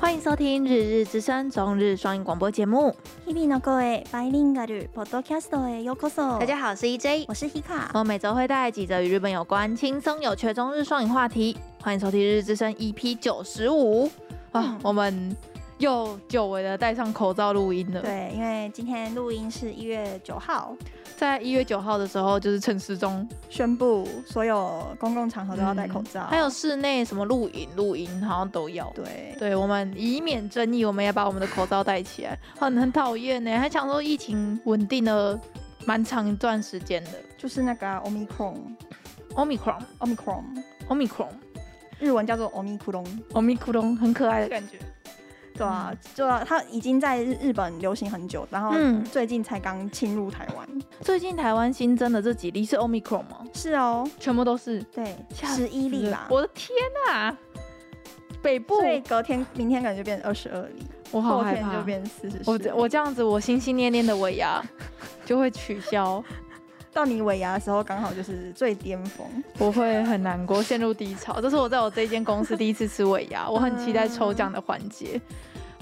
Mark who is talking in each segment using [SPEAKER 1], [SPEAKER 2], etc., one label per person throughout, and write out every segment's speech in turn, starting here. [SPEAKER 1] 欢迎收听《日日之声》中日双语广播节目。
[SPEAKER 2] 日々の声 Bilingual Podcast へようこそ。
[SPEAKER 1] 大家，哦好，我是 E EJ，
[SPEAKER 2] 我是 Hika。
[SPEAKER 1] 我每周会带来几则与日本有关、轻松有趣的中日双语话题。欢迎收听《日日之声》EP 九十五。啊
[SPEAKER 2] 嗯，
[SPEAKER 1] 我们又久违的戴上口罩录音了。
[SPEAKER 2] 对，因为今天录音是一月九号，
[SPEAKER 1] 在一月九号的时候，就是陈时中
[SPEAKER 2] 宣布所有公共场合都要戴口罩，
[SPEAKER 1] 嗯还有室内什么录影、录音，好像都要。
[SPEAKER 2] 对
[SPEAKER 1] 对我们以免争议，我们也把我们的口罩戴起来，很很讨厌呢。还想说疫情稳定了蛮长一段时间的
[SPEAKER 2] 就是那个啊 Omicron
[SPEAKER 1] ，omicron
[SPEAKER 2] Omicron，
[SPEAKER 1] omicron
[SPEAKER 2] 日文叫做 Omicron，
[SPEAKER 1] omicron 嗯很可爱的
[SPEAKER 2] 感觉。对啊，就啊它已经在日日本流行很久，然后
[SPEAKER 1] 嗯
[SPEAKER 2] 最近才刚侵入台湾。
[SPEAKER 1] 最近台湾新增的这几例是 omicron 吗？
[SPEAKER 2] 是哦，
[SPEAKER 1] 全部都是
[SPEAKER 2] 对，
[SPEAKER 1] 吓
[SPEAKER 2] 十一例吧。
[SPEAKER 1] 我的天哪、北部
[SPEAKER 2] 所以隔天明天可能就变二十二例，
[SPEAKER 1] 我好
[SPEAKER 2] 后
[SPEAKER 1] 害
[SPEAKER 2] 天就
[SPEAKER 1] 怕。
[SPEAKER 2] 变四十。
[SPEAKER 1] 我这我这样子，我心心念念的尾牙就会取消，
[SPEAKER 2] 到你尾牙的时候，刚好就是最巅峰。
[SPEAKER 1] 我会很难过，陷入低潮。这是我在我这间公司第一次吃尾牙，我很期待抽奖的环节。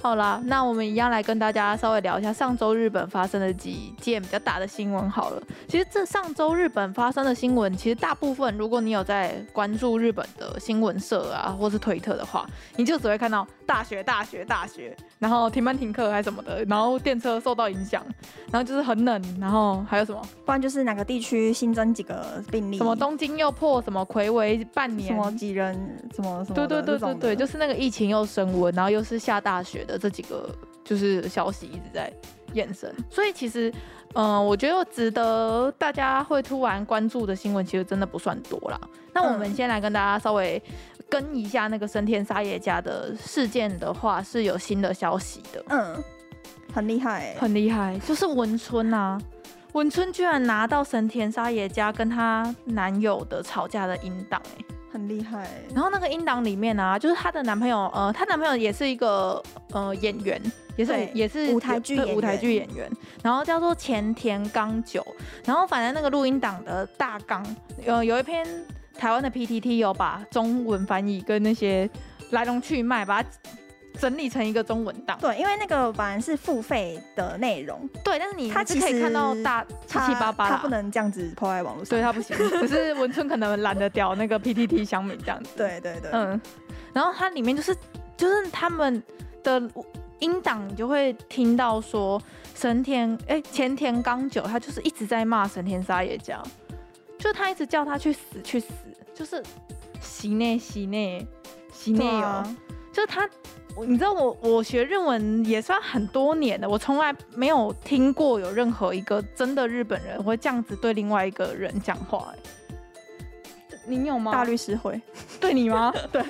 [SPEAKER 1] 好啦，那我们一样来跟大家稍微聊一下上周日本发生的几件比较大的新闻好了。其实这上周日本发生的新闻，其实大部分如果你有在关注日本的新闻社啊，或是推特的话，你就只会看到大学、大学、大学，然后停班停课还什么的，然后电车受到影响，然后就是很冷，然后还有什么
[SPEAKER 2] 不然就是哪个地区新增几个病例，
[SPEAKER 1] 什么东京又破什么魁违半
[SPEAKER 2] 什
[SPEAKER 1] 年，
[SPEAKER 2] 么几人，什么什么
[SPEAKER 1] 对对
[SPEAKER 2] 的
[SPEAKER 1] 对
[SPEAKER 2] 这种
[SPEAKER 1] 对
[SPEAKER 2] 的
[SPEAKER 1] 对，就是那个疫情又升温，然后又是下大雪的这几个就是消息一直在延伸，所以其实，嗯、我觉得值得大家会突然关注的新闻，其实真的不算多啦。那我们
[SPEAKER 2] 嗯
[SPEAKER 1] 先来跟大家稍微跟一下那个生天沙耶家的事件的话，是有新的消息的，
[SPEAKER 2] 嗯，很厉害、欸，
[SPEAKER 1] 很厉害，就是文春啊。文春居然拿到神田沙耶家跟她男友的吵架的音档、欸，
[SPEAKER 2] 很厉害、欸。
[SPEAKER 1] 然后那个音档里面啊，就是她的男朋友，呃，她男朋友也是一个呃演员，也是
[SPEAKER 2] 对
[SPEAKER 1] 也是
[SPEAKER 2] 舞台剧
[SPEAKER 1] 对
[SPEAKER 2] 演员
[SPEAKER 1] 舞台剧演员，然后叫做前田刚久，然后反正那个录音档的大纲，呃，有一篇台湾的 PTT 有把中文翻译跟那些来龙去脉把它整理成一个中文档，
[SPEAKER 2] 对，因为那个本来是付费的内容，
[SPEAKER 1] 对，但是你
[SPEAKER 2] 它
[SPEAKER 1] 是可
[SPEAKER 2] 其
[SPEAKER 1] 以
[SPEAKER 2] 实
[SPEAKER 1] 看到大七
[SPEAKER 2] 它
[SPEAKER 1] 七八八
[SPEAKER 2] 它
[SPEAKER 1] 啦
[SPEAKER 2] 不。能这样子抛在网络上。
[SPEAKER 1] 对他不行， 可是文春可能懒得屌那个 PTT 香米这样子。
[SPEAKER 2] 对对对，
[SPEAKER 1] 嗯，然后它里面就是就是他们的音档，你就会听到说神田哎、前田刚久，他就是一直在骂神田沙也加，就他一直叫他去死去死，就是洗内洗内洗内
[SPEAKER 2] 对
[SPEAKER 1] 哦，
[SPEAKER 2] 啊，
[SPEAKER 1] 就是他。我你知道我我学日文也算很多年了，我从来没有听过有任何一个真的日本人会这样子对另外一个人讲话、欸。你有吗？
[SPEAKER 2] 大律师会
[SPEAKER 1] 对你吗？对，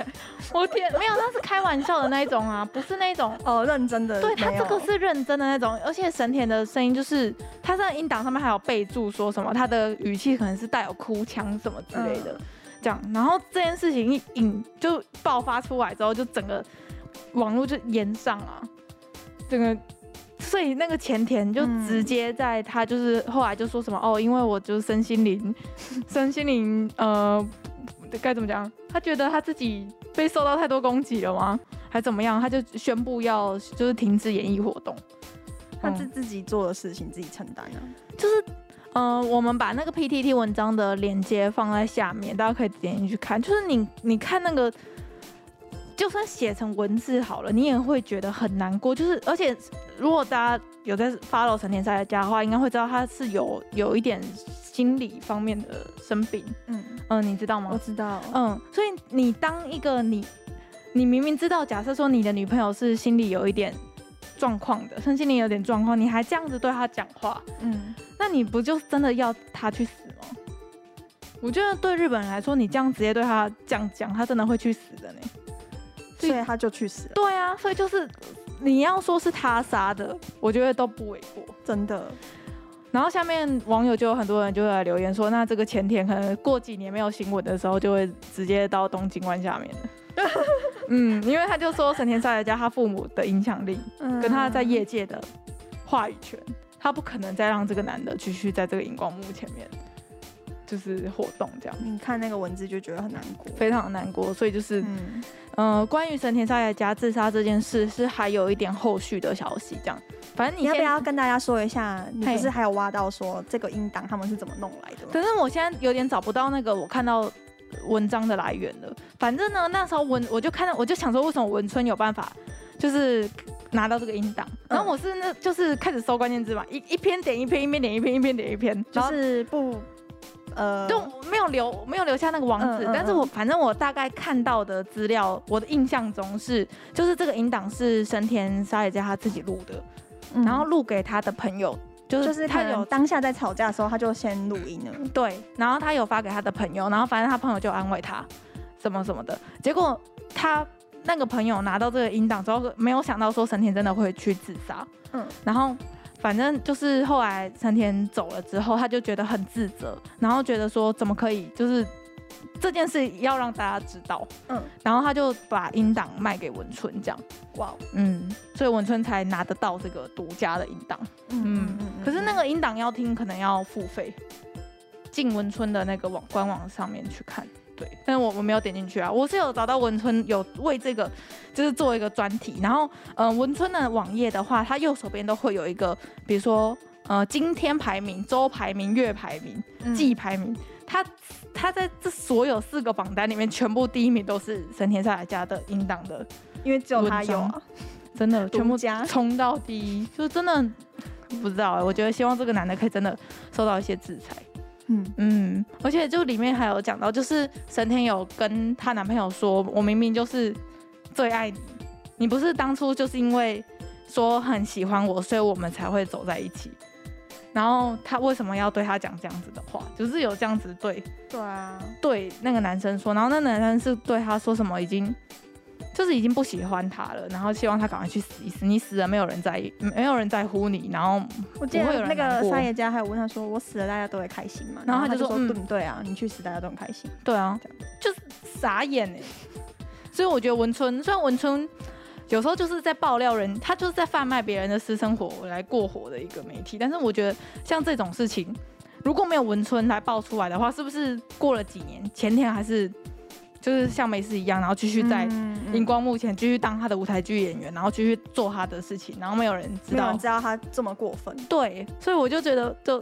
[SPEAKER 1] 我天，没有，他是开玩笑的那一种啊，不是那种。
[SPEAKER 2] 哦，认真的没
[SPEAKER 1] 对
[SPEAKER 2] 有，
[SPEAKER 1] 他这个是认真的那种，而且神田的声音就是他在音档上面还有备注说什么，他的语气可能是带有哭腔什么之类的，这样。然后这件事情一引就爆发出来之后，就整个网络就延上啊，整个。所以那个前田就
[SPEAKER 2] 嗯
[SPEAKER 1] 直接在他就是后来就说什么、哦，因为我就是身心灵，身心灵呃该怎么讲？他觉得他自己被受到太多攻击了吗？还怎么样？他就宣布要就是停止演艺活动。嗯
[SPEAKER 2] 他是自己做的事情自己承担啊。
[SPEAKER 1] 就是，呃，我们把那个 PTT 文章的链接放在下面，大家可以点进去看。就是你你看那个，就算写成文字好了，你也会觉得很难过。就是而且如果大家有在 follow 陈田赛家的话，应该会知道他是有有一点心理方面的生病。
[SPEAKER 2] 嗯，
[SPEAKER 1] 嗯、你知道吗
[SPEAKER 2] 我？知道，
[SPEAKER 1] 嗯，所以你当一个你，你明明知道，假设说你的女朋友是心里有一点状况的，身心灵有点状况，你还这样子对她讲话，
[SPEAKER 2] 嗯，
[SPEAKER 1] 那你不就真的要她去死吗？我觉得对日本人来说，你这样直接对她这样讲，她真的会去死的呢。所
[SPEAKER 2] 所
[SPEAKER 1] 以
[SPEAKER 2] 以他就去死了，
[SPEAKER 1] 对啊，所以就是你要说是他杀的，我觉得都不为过。
[SPEAKER 2] 真的。
[SPEAKER 1] 然后下面网友就有很多人就会来留言说，那这个前田可能过几年没有新闻的时候，就会直接到东京湾下面了。嗯， 因为他就说神田沙也加他父母的影响力
[SPEAKER 2] 嗯
[SPEAKER 1] 跟他在业界的话语权，他不可能再让这个男的继续在这个荧光幕前面。就是活动这样，
[SPEAKER 2] 你看那个文字就觉得很难过。
[SPEAKER 1] 非常难过。所以就是，
[SPEAKER 2] 嗯，
[SPEAKER 1] 嗯、关于神田沙也加自杀这件事，是还有一点后续的消息这样。反正
[SPEAKER 2] 你
[SPEAKER 1] 你
[SPEAKER 2] 要不
[SPEAKER 1] 现
[SPEAKER 2] 要跟大家说一下？你
[SPEAKER 1] 嘿
[SPEAKER 2] 不是还有挖到说这个音档他们是怎么弄来的吗？
[SPEAKER 1] 可是我现在有点找不到那个我看到文章的来源了。反正呢，那时候文我就看到，我就想说，为什么文春有办法就是拿到这个音档？
[SPEAKER 2] 嗯
[SPEAKER 1] 然后我是那就是开始搜关键字嘛，一一篇点一篇，一篇点一篇，一篇点一篇，
[SPEAKER 2] 就
[SPEAKER 1] 然后
[SPEAKER 2] 是不，呃，
[SPEAKER 1] 就没有留没有留下那个网址，
[SPEAKER 2] 嗯嗯嗯
[SPEAKER 1] 但是我反正我大概看到的资料，我的印象中是，就是这个音档是神田沙也加他自己录的，
[SPEAKER 2] 嗯
[SPEAKER 1] 然后录给他的朋友，就
[SPEAKER 2] 就是
[SPEAKER 1] 是他
[SPEAKER 2] 可能
[SPEAKER 1] 有
[SPEAKER 2] 当下在吵架的时候，他就先录音了。
[SPEAKER 1] 嗯对，然后他有发给他的朋友，然后反正他朋友就安慰他，什么什么的。结果他那个朋友拿到这个音档之后，没有想到说神田真的会去自杀。
[SPEAKER 2] 嗯，
[SPEAKER 1] 然后反正就是后来神田走了之后，他就觉得很自责，然后觉得说怎么可以，就是这件事要让大家知道。
[SPEAKER 2] 嗯，
[SPEAKER 1] 然后他就把音档卖给文春，这样，
[SPEAKER 2] 哇哦，
[SPEAKER 1] 嗯，所以文春才拿得到这个独家的音档。嗯可是那个音档要听，可能要付费，进文春的那个网官网上面去看。对，但是我我没有点进去啊，我是有找到文春有为这个 就是做一个专题，然后呃文春的网页的话，它右手边都会有一个，比如说呃今天排名、周排名、月排名、
[SPEAKER 2] 嗯
[SPEAKER 1] 季排名，它它在这所有四个榜单里面，全部第一名都是神田沙也加的音档的，
[SPEAKER 2] 因为只有他有
[SPEAKER 1] 文
[SPEAKER 2] 啊，
[SPEAKER 1] 真的全部
[SPEAKER 2] 独家
[SPEAKER 1] 冲到第一，就真的不知道、欸。我觉得希望这个男的可以真的受到一些制裁。
[SPEAKER 2] 嗯，
[SPEAKER 1] 嗯，而且就里面还有讲到，就是神田有跟她男朋友说：“我明明就是最爱你，你不是当初就是因为说很喜欢我，所以我们才会走在一起。”然后他为什么要对他讲这样子的话？就是有这样子对
[SPEAKER 2] 对啊，
[SPEAKER 1] 对那个男生说，然后那男生是对他说什么已经就是已经不喜欢他了，然后希望他赶快去死一死，你死了没有人在意，没有人在乎你，然后
[SPEAKER 2] 我记
[SPEAKER 1] 不会有
[SPEAKER 2] 得
[SPEAKER 1] 人
[SPEAKER 2] 那
[SPEAKER 1] 难
[SPEAKER 2] 个
[SPEAKER 1] 过
[SPEAKER 2] 沙野家还有问他说：“我死了，大家都会开心嘛？”
[SPEAKER 1] 然
[SPEAKER 2] 然
[SPEAKER 1] 后
[SPEAKER 2] 后
[SPEAKER 1] 他
[SPEAKER 2] 他
[SPEAKER 1] 就
[SPEAKER 2] 就
[SPEAKER 1] 说
[SPEAKER 2] 说：“
[SPEAKER 1] 嗯
[SPEAKER 2] 对不对啊？你去死，大家都很开心。
[SPEAKER 1] 对啊，就是傻眼哎、所以我觉得文春，虽然文春有时候就是在爆料人，他就是在贩卖别人的私生活来过活的一个媒体，但是我觉得像这种事情，如果没有文春来爆出来的话，是不是过了几年，前天还是就是像没事一样，然后继”续在
[SPEAKER 2] 嗯嗯
[SPEAKER 1] 荧光幕前继续当他的舞台剧演员，然后继续做他的事情，然后没有人知
[SPEAKER 2] 没有
[SPEAKER 1] 道
[SPEAKER 2] 人知道他这么过分。
[SPEAKER 1] 对，所以我就觉得就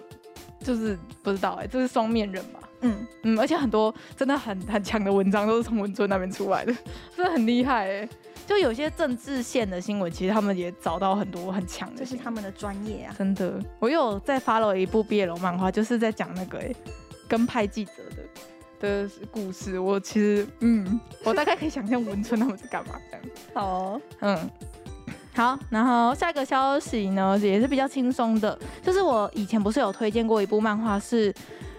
[SPEAKER 1] 就是不知道哎、这是双面人吧？
[SPEAKER 2] 嗯，
[SPEAKER 1] 嗯，而且很多真的很很强的文章都是从文春那边出来的， 真的很厉害哎、就有些政治线的新闻，其实他们也找到很多很强的
[SPEAKER 2] 这是
[SPEAKER 1] 新闻，
[SPEAKER 2] 他们的专业啊。
[SPEAKER 1] 真的。我有在 follow 一部 BL 漫画，就是在讲那个哎、跟派记者的的故事。我其实嗯，我大概可以想象文春他们在干嘛这样。
[SPEAKER 2] 好、哦，
[SPEAKER 1] 嗯，好，然后下一个消息呢，也是比较轻松的，就是我以前不是有推荐过一部漫画是，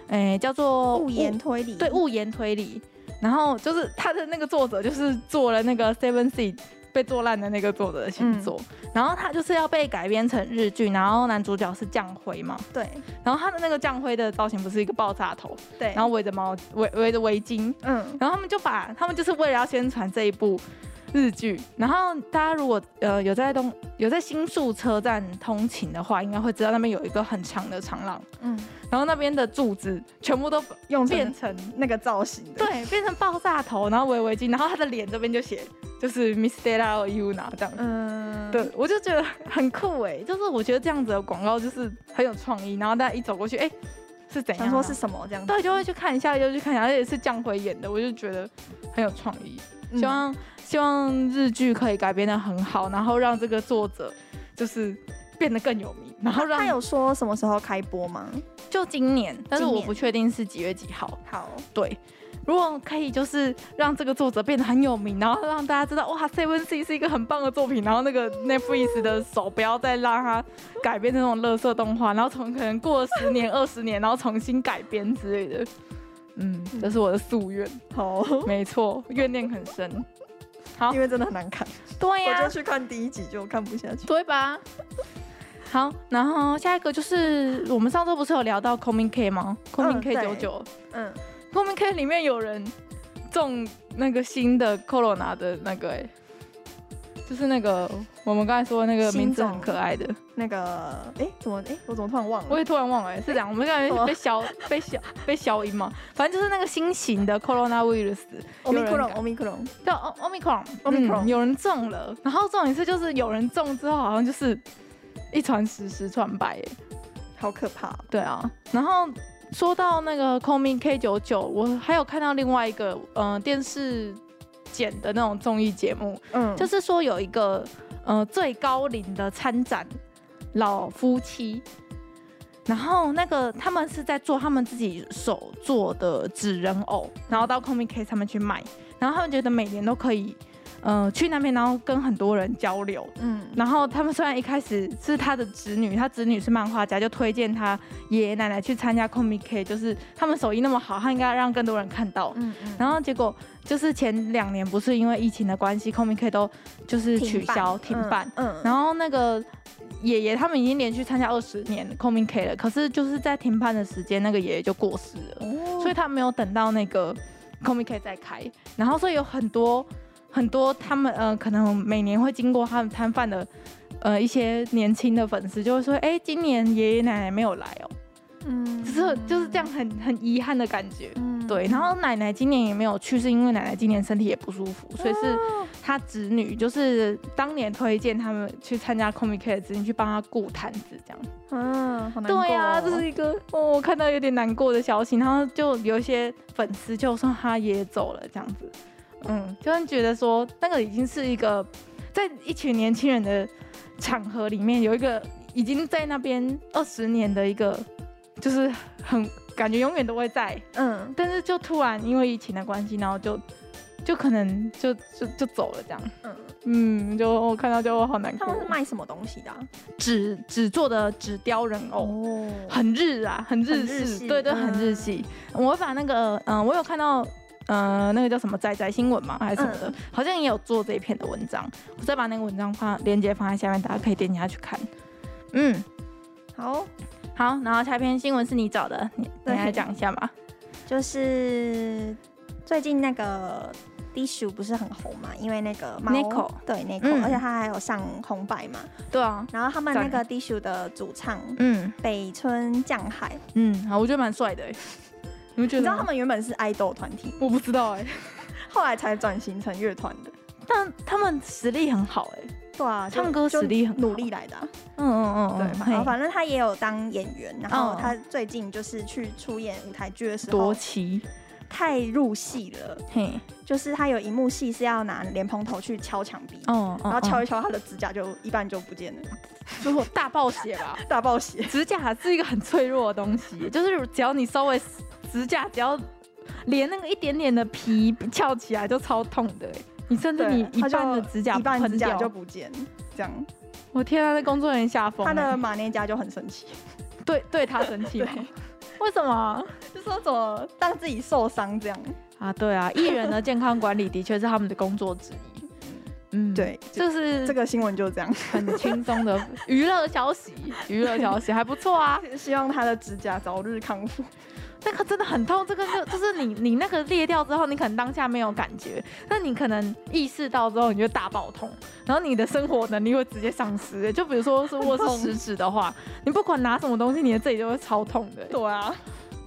[SPEAKER 1] 诶、叫做
[SPEAKER 2] 误言推理。
[SPEAKER 1] 对哦误言推理，然后就是他的那个作者就是做了那个 Seven C 被做烂的那个作者的星座，
[SPEAKER 2] 嗯
[SPEAKER 1] 然后他就是要被改编成日剧，然后男主角是降辉嘛，
[SPEAKER 2] 对
[SPEAKER 1] 然后他的那个降辉的造型不是一个爆炸头，
[SPEAKER 2] 对，
[SPEAKER 1] 然后围着毛围围着围巾，
[SPEAKER 2] 嗯，
[SPEAKER 1] 然后他们就把他们就是为了要宣传这一部日剧，然后大家如果呃有在东有在新宿车站通勤的话，应该会知道那边有一个很长的长廊，
[SPEAKER 2] 嗯，
[SPEAKER 1] 然后那边的柱子全部都
[SPEAKER 2] 用
[SPEAKER 1] 变
[SPEAKER 2] 变
[SPEAKER 1] 成
[SPEAKER 2] 那个造型的。
[SPEAKER 1] 对变成爆炸头，然后围围巾，然后他的脸这边就写就是 Mistera Yuna 这样子。
[SPEAKER 2] 嗯，
[SPEAKER 1] 对，我就觉得很酷哎、就是我觉得这样子的广告就是很有创意，然后大家一走过去，哎、是怎样、
[SPEAKER 2] 想说是什么这样子？
[SPEAKER 1] 对，就会去看一下，就去看一下，而且是降辉演的，我就觉得很有创意。
[SPEAKER 2] 嗯
[SPEAKER 1] 希望、希望日剧可以改编的很好，然后让这个作者就是变得更有名，然后
[SPEAKER 2] 他
[SPEAKER 1] 让
[SPEAKER 2] 有说什么时候开播吗？
[SPEAKER 1] 就今年，但是
[SPEAKER 2] 今
[SPEAKER 1] 我
[SPEAKER 2] 年
[SPEAKER 1] 不确定是几月几号。
[SPEAKER 2] 好，
[SPEAKER 1] 对，如果可以，就是让这个作者变得很有名，然后让大家知道哇，Seven C 是一个很棒的作品，然后那个 Netflix 的手不要再让它改编成那种垃圾动画，然后从可能过了十 年、二十年，然后重新改编之类的。嗯，这是我的夙愿，
[SPEAKER 2] 好，
[SPEAKER 1] 没 错，怨念很深。好
[SPEAKER 2] 因为真的很难看，
[SPEAKER 1] 对啊
[SPEAKER 2] 我
[SPEAKER 1] 呀、
[SPEAKER 2] 就去看第一集就看不下去。
[SPEAKER 1] 对吧？好，然后下一个就是我们上周不是有聊到 Comin K 吗？Comin K 九
[SPEAKER 2] 嗯对
[SPEAKER 1] 九、
[SPEAKER 2] 嗯，
[SPEAKER 1] c o m i n K 里面有人中那个新的 Corona 的那个、欸，就是那个我们刚才说的那个
[SPEAKER 2] 新
[SPEAKER 1] 名字
[SPEAKER 2] 种
[SPEAKER 1] 很可爱的，
[SPEAKER 2] 那个哎怎么哎我怎么突然忘
[SPEAKER 1] 我
[SPEAKER 2] 了？
[SPEAKER 1] 也突然忘了、欸，是这 样，我们感觉被消
[SPEAKER 2] 哦
[SPEAKER 1] 被消被消音嘛，反正就是那个新型的 coronavirus，
[SPEAKER 2] 欧米克
[SPEAKER 1] 有
[SPEAKER 2] 隆
[SPEAKER 1] 人，
[SPEAKER 2] 欧米克隆，
[SPEAKER 1] 叫 o m i c r o n o m i c r o
[SPEAKER 2] Omicron
[SPEAKER 1] n 有人中了，然后重点是就是有人中之后好像就是一传十十传百、欸，
[SPEAKER 2] 好可怕哦！
[SPEAKER 1] 对啊，然后。说到那个 c o m i K 九九，我还有看到另外一个嗯、呃电视剪的那种综艺节目，
[SPEAKER 2] 嗯，
[SPEAKER 1] 就是是说有一个呃最高龄的参展老夫妻，然后那个他们是在做他们自己手做的纸人偶，然后到 Comic K 上面去卖，然后他们觉得每年都可以。呃，去那边然后跟很多人交流，
[SPEAKER 2] 嗯
[SPEAKER 1] 然后他们虽然一开始是他的侄女，他侄女是漫画家，就推荐他爷爷奶奶去参加 Comic K，就是他们手艺那么好，他应该让更多人看到。
[SPEAKER 2] 嗯嗯，
[SPEAKER 1] 然后结果就是前两年不是因为疫情的关系，Comic K 都就是取消停办，，
[SPEAKER 2] 嗯，
[SPEAKER 1] 然后那个爷爷他们已经连续参加二十年 Comic K 了，可是就是在停办的时间，那个爷爷就过世了，
[SPEAKER 2] 后
[SPEAKER 1] 所以他没有等到那个 Comic K 再开，然后所以有很多很多他们呃可能每年会经过他们摊贩的呃一些年轻的粉丝就会说，哎，今年爷爷奶奶没有来哦，
[SPEAKER 2] 嗯
[SPEAKER 1] 只是就是这样，很很遗憾的感觉。
[SPEAKER 2] 嗯
[SPEAKER 1] 对，然后奶奶今年也没有去，是因为奶奶今年身体也不舒服，所以
[SPEAKER 2] 啊
[SPEAKER 1] 是
[SPEAKER 2] 哦
[SPEAKER 1] 她侄女，就是当年推荐他们去参加 Comic K 的侄女去帮她顾摊子这样。
[SPEAKER 2] 嗯，好难过哦
[SPEAKER 1] 对呀、这是一个哦，我看到有点难过的消息，然后就有一些粉丝就说她也走了这样子，嗯，就是觉得说那个已经是一个在一群年轻人的场合里面有一个已经在那边二十年的一个，就是很感觉永远都会在。
[SPEAKER 2] 嗯，
[SPEAKER 1] 但是就突然因为疫情的关系，然后就就可能就就就走了这样。
[SPEAKER 2] 嗯
[SPEAKER 1] 嗯，就我看到就好难
[SPEAKER 2] 他
[SPEAKER 1] 过
[SPEAKER 2] 们。是卖什么东西的啊？
[SPEAKER 1] 纸纸做的纸雕人偶，
[SPEAKER 2] 哦，
[SPEAKER 1] 很日啊，很日
[SPEAKER 2] 很日
[SPEAKER 1] 式，
[SPEAKER 2] 系
[SPEAKER 1] 对对，很日系。我会把那个嗯、呃我有看到。呃，那个叫什么仔仔新闻嘛，还是什么的，好像也有做这一篇的文章。我再把那个文章放链接放在下面，大家可以点进下去看。嗯，
[SPEAKER 2] 好，
[SPEAKER 1] 好，然后下一篇新闻是你找的，你你
[SPEAKER 2] 对
[SPEAKER 1] 来讲一下吧。
[SPEAKER 2] 就是最近那个。低俗不是很红嘛？因为那个猫
[SPEAKER 1] Nico
[SPEAKER 2] 对 Nico，、
[SPEAKER 1] 嗯
[SPEAKER 2] 而且他还有上红白嘛。
[SPEAKER 1] 对啊，
[SPEAKER 2] 然后他们
[SPEAKER 1] 赞
[SPEAKER 2] 那个低俗的主唱
[SPEAKER 1] 嗯
[SPEAKER 2] 北村匠海，
[SPEAKER 1] 嗯，好，我觉得蛮帅的欸。你们觉
[SPEAKER 2] 你
[SPEAKER 1] 得？
[SPEAKER 2] 知道他们原本是爱豆团体，
[SPEAKER 1] 我不知道哎、
[SPEAKER 2] 后来才转型成乐团的。
[SPEAKER 1] 但他们实力很好哎、
[SPEAKER 2] 对啊，就
[SPEAKER 1] 唱歌实力很
[SPEAKER 2] 就
[SPEAKER 1] 好
[SPEAKER 2] 努力来的啊、
[SPEAKER 1] 嗯嗯
[SPEAKER 2] 对，然后反正他也有当演员，然
[SPEAKER 1] 哦
[SPEAKER 2] 后他最近就是去出演舞台剧的时
[SPEAKER 1] 夺
[SPEAKER 2] 候
[SPEAKER 1] 旗，
[SPEAKER 2] 太入戏了，
[SPEAKER 1] 嘿，
[SPEAKER 2] 就是他有一幕戏是要拿莲蓬头去敲墙壁，
[SPEAKER 1] 嗯，
[SPEAKER 2] 然后敲
[SPEAKER 1] 嗯
[SPEAKER 2] 一敲他的指甲就一半就不见
[SPEAKER 1] 哦
[SPEAKER 2] 了，
[SPEAKER 1] 如果大暴血吧，
[SPEAKER 2] 大暴 血。
[SPEAKER 1] 指甲是一个很脆弱的东西， 就是只要你稍微指甲只要连那个一点点的皮翘起来就超痛的、欸，你甚至
[SPEAKER 2] 对
[SPEAKER 1] 你一
[SPEAKER 2] 他就
[SPEAKER 1] 半的指甲
[SPEAKER 2] 一半指
[SPEAKER 1] 喷
[SPEAKER 2] 甲
[SPEAKER 1] 掉，
[SPEAKER 2] 就不见，这样
[SPEAKER 1] 我天啊，那工作人员吓疯
[SPEAKER 2] 他
[SPEAKER 1] 了，
[SPEAKER 2] 的马内加就很生气，
[SPEAKER 1] 对对他生气吗？
[SPEAKER 2] 对
[SPEAKER 1] 为什么？
[SPEAKER 2] 就说怎么让自己受伤这样。
[SPEAKER 1] 啊，对啊，艺人的健康管理的确是他们的工作之一。嗯，
[SPEAKER 2] 对
[SPEAKER 1] 这是
[SPEAKER 2] 这个新闻 就这样，
[SPEAKER 1] 很轻松的 娱乐消息，娱乐消息还不错啊。
[SPEAKER 2] 希望他的指甲早日康复。
[SPEAKER 1] 那个真的很痛，这个 就就是你你那个裂掉之后，你可能当下没有感觉，那你可能意识到之后你就大爆痛，然后你的生活能力会直接丧失。就比如说是握是
[SPEAKER 2] 痛
[SPEAKER 1] 食指的话，你不管拿什么东西，你的这里就会超痛的。
[SPEAKER 2] 对啊，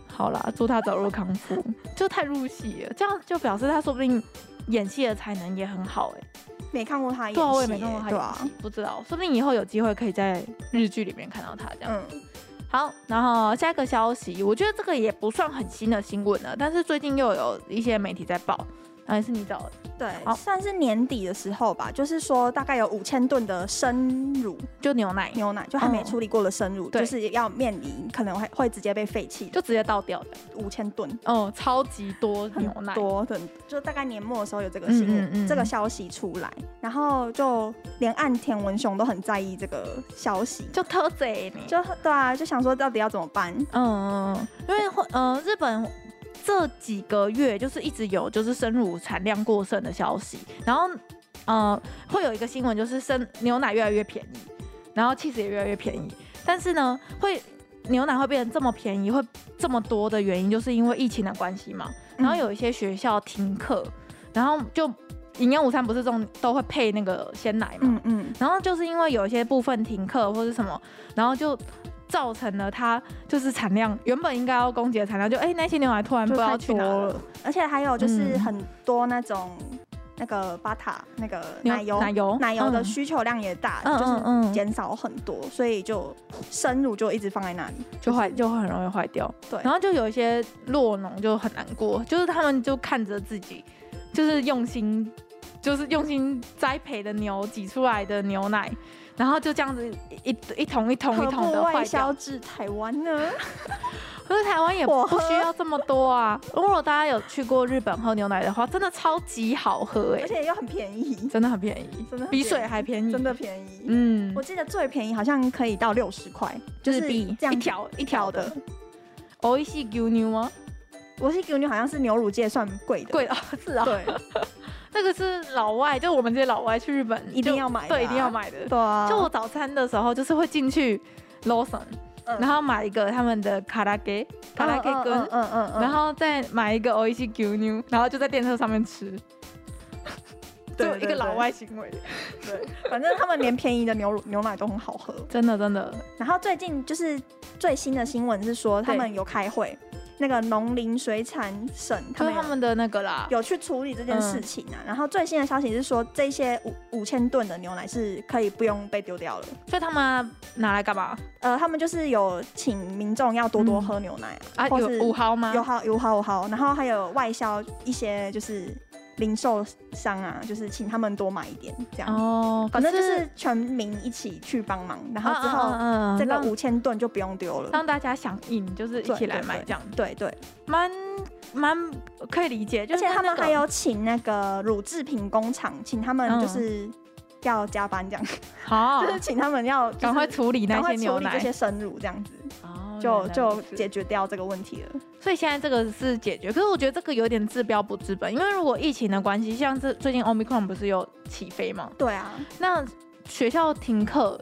[SPEAKER 1] 好啦，祝他早日康复，就太入戏了，这样就表示他说不定演戏的才能也很好哎、
[SPEAKER 2] 没看过他演戏
[SPEAKER 1] 对
[SPEAKER 2] 耶，
[SPEAKER 1] 啊，我也没看过他
[SPEAKER 2] 对
[SPEAKER 1] 演
[SPEAKER 2] 啊
[SPEAKER 1] 戏，，不知道，说不定以后有机会可以在日剧里面看到他这样。
[SPEAKER 2] 嗯
[SPEAKER 1] 好，然后下一个消息，我觉得这个也不算很新的新闻了，啊但是最近又有一些媒体在报，啊，也是你找的，好
[SPEAKER 2] 对，算是年底的时候吧，就是说大概有五千吨的生乳
[SPEAKER 1] 就牛奶
[SPEAKER 2] 牛奶，就还没处理过的生乳，
[SPEAKER 1] 对
[SPEAKER 2] 就是要面临可能会会直接被废弃，就
[SPEAKER 1] 就直接倒掉的，
[SPEAKER 2] 五千吨。
[SPEAKER 1] 哦，超级多
[SPEAKER 2] 很
[SPEAKER 1] 牛奶，
[SPEAKER 2] 多的，就大概年末的时候有这个新
[SPEAKER 1] 嗯
[SPEAKER 2] 闻、
[SPEAKER 1] 嗯嗯
[SPEAKER 2] 这个消息出来，然后就连岸田文雄都很在意这个消息，
[SPEAKER 1] 就偷贼你，
[SPEAKER 2] 嗯就对啊，就想说到底要怎么办？
[SPEAKER 1] 嗯，嗯嗯因为会呃，日本这几个月就是一直有就是生乳产量过剩的消息，然后呃，会有一个新闻就是生牛奶越来越便宜，然后 cheese 也越来越便宜，但是呢，会牛奶会变得这么便宜，会这么多
[SPEAKER 2] 嗯
[SPEAKER 1] 的原因，就是因为疫情的关系嘛。然后有一些学校停课，然后就营养午餐不是这种都会配那个鲜奶嘛，
[SPEAKER 2] 嗯嗯，
[SPEAKER 1] 然后就是因为有一些部分停课或是什么，然后就造成了它就是产量原本应该要供给的产量，就哎、那些牛奶突然不
[SPEAKER 2] 就
[SPEAKER 1] 知
[SPEAKER 2] 太
[SPEAKER 1] 道去
[SPEAKER 2] 多
[SPEAKER 1] 哪了。
[SPEAKER 2] 了。而且还有就是
[SPEAKER 1] 嗯
[SPEAKER 2] 很多那种那个巴塔那个
[SPEAKER 1] 牛
[SPEAKER 2] 奶油
[SPEAKER 1] 奶油
[SPEAKER 2] 奶油的
[SPEAKER 1] 嗯
[SPEAKER 2] 需求量也大，
[SPEAKER 1] 嗯
[SPEAKER 2] 就是
[SPEAKER 1] 嗯嗯，
[SPEAKER 2] 减少很多，所以就生乳就一直放在那里。
[SPEAKER 1] 就坏就会很容易坏掉。
[SPEAKER 2] 对
[SPEAKER 1] 然后就有一些落农就很难过，就是他们就看着自己，就是用心，就是用心栽培的牛挤出来的牛奶，然后就这样子一一桶一桶一
[SPEAKER 2] 何
[SPEAKER 1] 桶
[SPEAKER 2] 不
[SPEAKER 1] 的坏掉
[SPEAKER 2] 外销。至台湾呢？
[SPEAKER 1] 可是台湾也
[SPEAKER 2] 我
[SPEAKER 1] 不
[SPEAKER 2] 喝
[SPEAKER 1] 需要这么多啊！如果大家有去过日本喝牛奶的话，真的超级好喝哎、
[SPEAKER 2] 而且又很便宜，
[SPEAKER 1] 真的很便宜，
[SPEAKER 2] 真的很
[SPEAKER 1] 比
[SPEAKER 2] 便
[SPEAKER 1] 水
[SPEAKER 2] 宜
[SPEAKER 1] 还便宜。
[SPEAKER 2] 真的便宜。
[SPEAKER 1] 嗯
[SPEAKER 2] 我，记得最便宜好像可以到六十块，就
[SPEAKER 1] 日
[SPEAKER 2] 是
[SPEAKER 1] 币
[SPEAKER 2] 这样
[SPEAKER 1] 一条一条的。欧哦一系牛牛吗？
[SPEAKER 2] 我是牛牛好像是牛乳界算贵的，
[SPEAKER 1] 贵的是啊，
[SPEAKER 2] 对，
[SPEAKER 1] 这个是老外，就我们这些老外去日本
[SPEAKER 2] 一定
[SPEAKER 1] 就
[SPEAKER 2] 要买的啊
[SPEAKER 1] 对，一定要买的。
[SPEAKER 2] 对啊。
[SPEAKER 1] 就我早餐的时候，就是会进去 Lawson，、
[SPEAKER 2] 嗯
[SPEAKER 1] 然后买一个他们的卡拉给卡拉给
[SPEAKER 2] 嗯
[SPEAKER 1] 根，
[SPEAKER 2] 嗯嗯嗯，
[SPEAKER 1] 然后再买一个 o i c 牛牛，然后就在电车上面吃，
[SPEAKER 2] 对
[SPEAKER 1] 就一个
[SPEAKER 2] 对
[SPEAKER 1] 老
[SPEAKER 2] 对
[SPEAKER 1] 外行为，
[SPEAKER 2] 对，反正他们连便宜的牛乳牛奶都很好喝。
[SPEAKER 1] 真的真的，
[SPEAKER 2] 然后最近就是最新的新闻是说，他
[SPEAKER 1] 对
[SPEAKER 2] 们有开会，那个农林水产省
[SPEAKER 1] 就是
[SPEAKER 2] 他们
[SPEAKER 1] 他
[SPEAKER 2] 有
[SPEAKER 1] 们的那个啦，
[SPEAKER 2] 有去处理这件
[SPEAKER 1] 嗯
[SPEAKER 2] 事情啊。然后最新的消息是说，这些五五千吨的牛奶是可以不用被丢掉了。
[SPEAKER 1] 所以他们拿来干嘛
[SPEAKER 2] 呃，他们就是有请民众要多多
[SPEAKER 1] 嗯
[SPEAKER 2] 喝牛奶
[SPEAKER 1] 啊？
[SPEAKER 2] 或
[SPEAKER 1] 有
[SPEAKER 2] 是
[SPEAKER 1] 五毫吗？
[SPEAKER 2] 有好有好有好，然后还有外销一些就是零售商啊，就是请他们多买一点这样。
[SPEAKER 1] 哦，
[SPEAKER 2] 反正就
[SPEAKER 1] 可
[SPEAKER 2] 是全民一起去帮忙，然后
[SPEAKER 1] 啊
[SPEAKER 2] 之
[SPEAKER 1] 啊啊
[SPEAKER 2] 后
[SPEAKER 1] 啊啊
[SPEAKER 2] 这个
[SPEAKER 1] 让
[SPEAKER 2] 五千吨就不用丢了。
[SPEAKER 1] 让大家响应，就是一
[SPEAKER 2] 对
[SPEAKER 1] 起来
[SPEAKER 2] 对
[SPEAKER 1] 买
[SPEAKER 2] 对
[SPEAKER 1] 这样，
[SPEAKER 2] 对对，
[SPEAKER 1] 蛮蛮可以理解，就
[SPEAKER 2] 而
[SPEAKER 1] 是
[SPEAKER 2] 且他
[SPEAKER 1] 那
[SPEAKER 2] 们
[SPEAKER 1] 个
[SPEAKER 2] 还有请那个乳制品工厂，请他们
[SPEAKER 1] 嗯
[SPEAKER 2] 就是要加班这样，
[SPEAKER 1] 好
[SPEAKER 2] 就是请他 们要
[SPEAKER 1] 哦
[SPEAKER 2] 就是
[SPEAKER 1] 赶快处理那些
[SPEAKER 2] 赶快处
[SPEAKER 1] 牛
[SPEAKER 2] 理这
[SPEAKER 1] 奶，
[SPEAKER 2] 些生乳这样子，
[SPEAKER 1] 哦
[SPEAKER 2] 就
[SPEAKER 1] 原来如
[SPEAKER 2] 就
[SPEAKER 1] 此
[SPEAKER 2] 解决掉这个问题了。
[SPEAKER 1] 所以现在这个是解决，可是我觉得这个有点治标不治本，因为如果疫情的关系，像这最近 Omicron 不是有起飞嘛，
[SPEAKER 2] 对啊，
[SPEAKER 1] 那学校停课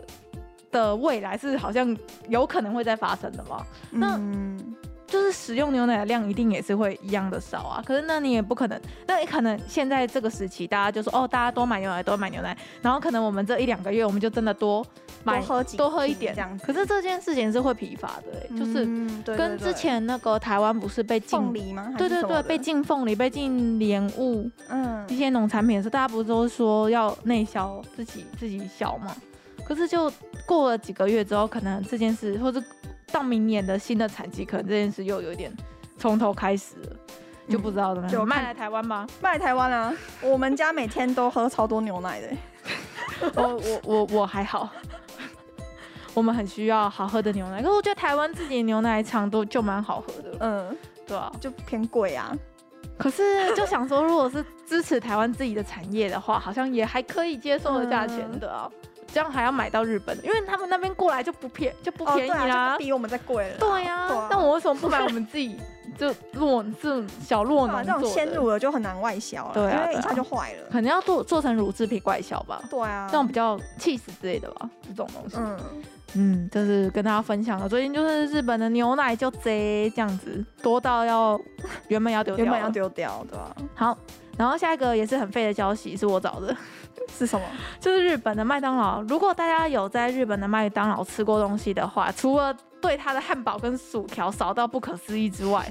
[SPEAKER 1] 的未来是好像有可能会再发生的嘛，那
[SPEAKER 2] 嗯，
[SPEAKER 1] 就是使用牛奶的量一定也是会一样的少啊。可是那你也不可能，那也可能现在这个时期大家就说哦，大家多买牛奶，多买牛奶，然后可能我们这一两个月我们就真的多买
[SPEAKER 2] 多喝几
[SPEAKER 1] 多喝一
[SPEAKER 2] 瓶
[SPEAKER 1] 点
[SPEAKER 2] 这样子，
[SPEAKER 1] 可是这件事情是会疲乏的、欸，就是
[SPEAKER 2] 嗯对
[SPEAKER 1] 跟
[SPEAKER 2] 对
[SPEAKER 1] 之
[SPEAKER 2] 对
[SPEAKER 1] 前那个台湾不是被禁
[SPEAKER 2] 凤梨吗？还
[SPEAKER 1] 对
[SPEAKER 2] 是
[SPEAKER 1] 对
[SPEAKER 2] 什
[SPEAKER 1] 对，
[SPEAKER 2] 么
[SPEAKER 1] 被
[SPEAKER 2] 的
[SPEAKER 1] 禁凤梨、被禁莲雾
[SPEAKER 2] 嗯
[SPEAKER 1] 这 些农产品的时候，大家不是都说要内销自己自己销吗？可是就过了几个月之后，可能这件事，或者到明年的新的产期，可能这件事又有点从头开始了，就不知道怎么样。
[SPEAKER 2] 就看
[SPEAKER 1] 卖来台湾吧，
[SPEAKER 2] 卖台湾啊，我们家每天都喝超多牛奶的。欸
[SPEAKER 1] 我我我我还好。 我们很需要好喝的牛奶，可是我觉得台湾自己的牛奶厂都就蛮好喝的了，
[SPEAKER 2] 嗯，
[SPEAKER 1] 对啊。
[SPEAKER 2] 就偏贵啊。
[SPEAKER 1] 可是就想说，如果是支持台湾自己的产业的话，好像也还可以接受的价钱的啊。这样还要买到日本的，因为他们那边过来就不便就不便宜
[SPEAKER 2] 哦对啊，
[SPEAKER 1] 啦
[SPEAKER 2] 就是。比我们再贵了。
[SPEAKER 1] 对呀
[SPEAKER 2] 对啊，
[SPEAKER 1] 那我为什么不买我们自己就洛这种小洛
[SPEAKER 2] 对啊
[SPEAKER 1] 农
[SPEAKER 2] 这种
[SPEAKER 1] 做
[SPEAKER 2] 鲜
[SPEAKER 1] 的？
[SPEAKER 2] 乳的就很难外销了，
[SPEAKER 1] 对啊
[SPEAKER 2] 因为
[SPEAKER 1] 对啊
[SPEAKER 2] 一下就坏了。
[SPEAKER 1] 可能要做做成乳制品外销吧，
[SPEAKER 2] 对啊，
[SPEAKER 1] 那种比较 cheese 之类的吧，这种东西。
[SPEAKER 2] 嗯，
[SPEAKER 1] 嗯，就是跟大家分享了，最近就是日本的牛奶就贼这样子，多到要原本要丢掉
[SPEAKER 2] 原
[SPEAKER 1] 了，
[SPEAKER 2] 本要丢掉，对啊吧？
[SPEAKER 1] 好，然后下一个也是很废的消息，是我找的，
[SPEAKER 2] 是什么？
[SPEAKER 1] 就是日本的麦当劳。如果大家有在日本的麦当劳吃过东西的话，除了对它的汉堡跟薯条少到不可思议之外，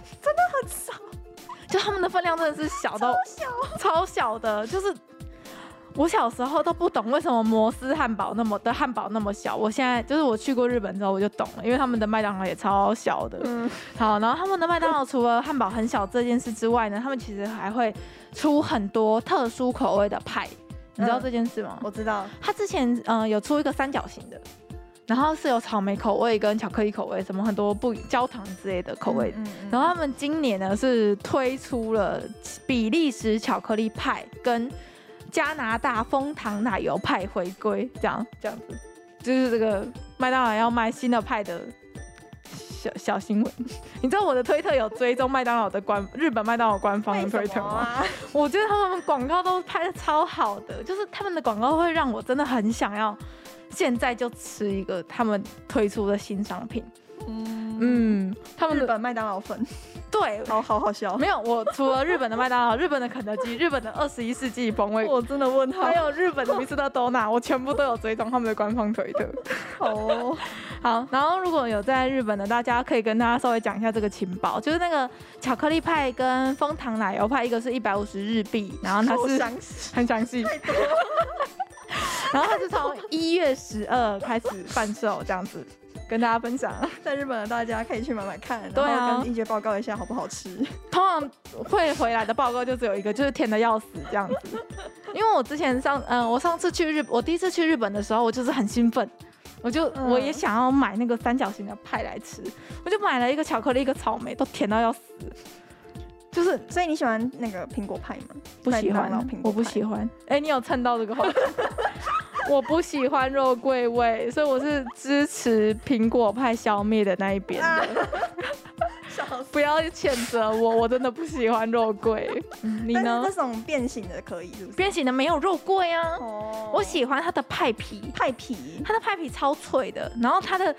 [SPEAKER 2] 很少，
[SPEAKER 1] 就他们的分量真的是小到
[SPEAKER 2] 小。
[SPEAKER 1] 超小的，就是我小时候都不懂为什么摩斯汉堡那么的汉堡那么小。我现在就是我去过日本之后我就懂了，因为他们的麦当劳也超小的。
[SPEAKER 2] 嗯，
[SPEAKER 1] 好，然后他们的麦当劳除了汉堡很小这件事之外呢，他们其实还会出很多特殊口味的派，你知道
[SPEAKER 2] 嗯
[SPEAKER 1] 这件事吗？
[SPEAKER 2] 我知道。
[SPEAKER 1] 他之前嗯、呃有出一个三角形的，然后是有草莓口味跟巧克力口味，什么很多不焦糖之类的口味。
[SPEAKER 2] 嗯，嗯嗯
[SPEAKER 1] 然后他们今年呢是推出了比利时巧克力派跟加拿大枫糖奶油派回归，这样这样子，就是这个麦当劳要卖新的派的小小新闻。 你知道我的推特有追踪麦当劳的官日本麦当劳官方的
[SPEAKER 2] 为
[SPEAKER 1] 推
[SPEAKER 2] 什
[SPEAKER 1] 特
[SPEAKER 2] 么
[SPEAKER 1] 吗？
[SPEAKER 2] 啊？
[SPEAKER 1] 我觉得他们广告都拍的超好的，就是他们的广告会让我真的很想要现在就吃一个他们推出的新商品。
[SPEAKER 2] 嗯，
[SPEAKER 1] 嗯，他们
[SPEAKER 2] 日
[SPEAKER 1] 的
[SPEAKER 2] 本麦当劳粉，
[SPEAKER 1] 对，
[SPEAKER 2] 好好好 笑。
[SPEAKER 1] 没有，我除了日本的麦当劳、日本的肯德基、日本的二十一世纪风味，
[SPEAKER 2] 我真的问 他
[SPEAKER 1] 还有日本的 m 斯 s 多纳，我全部都有追踪他们的官方推 特。
[SPEAKER 2] 哦，
[SPEAKER 1] 好，然后如果有在日本的，大家可以跟大家稍微讲一下这个情报，就是那个巧克力派跟枫糖奶油派，一个是一百五十日币，然后它
[SPEAKER 2] 好
[SPEAKER 1] 是
[SPEAKER 2] 详细
[SPEAKER 1] 很详细， 然后它是从一月十二开始贩售，这样子跟大家分享。
[SPEAKER 2] 在日本的大家可以去买买看，
[SPEAKER 1] 对啊
[SPEAKER 2] 然后跟一姐报告一下好不好 吃。
[SPEAKER 1] 通常会回来的报告就只有一个，就是甜的要死这样子。因为我之前上，嗯、我上次去日，我第一次去日本的时候，我就是很兴奋，我就、
[SPEAKER 2] 嗯
[SPEAKER 1] 我也想要买那个三角形的派来吃，我就买了一个巧克力，一个草莓，都甜到要死，就是
[SPEAKER 2] 所以你喜欢那个苹果派吗？
[SPEAKER 1] 不喜
[SPEAKER 2] 麦当劳
[SPEAKER 1] 欢
[SPEAKER 2] 苹，果
[SPEAKER 1] 我不
[SPEAKER 2] 派
[SPEAKER 1] 喜欢。哎、你有蹭到这个话 题？我不喜欢肉桂味，所以我是支持苹果派消灭的那一边
[SPEAKER 2] 啊
[SPEAKER 1] 的。
[SPEAKER 2] 笑死！
[SPEAKER 1] 不要谴责我，我真的不喜欢肉桂。嗯你
[SPEAKER 2] 但
[SPEAKER 1] 呢
[SPEAKER 2] 是？这种变形的可以，是不是？
[SPEAKER 1] 边形的没有肉桂啊，
[SPEAKER 2] 哦
[SPEAKER 1] 我喜欢它的派皮，
[SPEAKER 2] 派皮，
[SPEAKER 1] 它的派皮超脆的，然后它的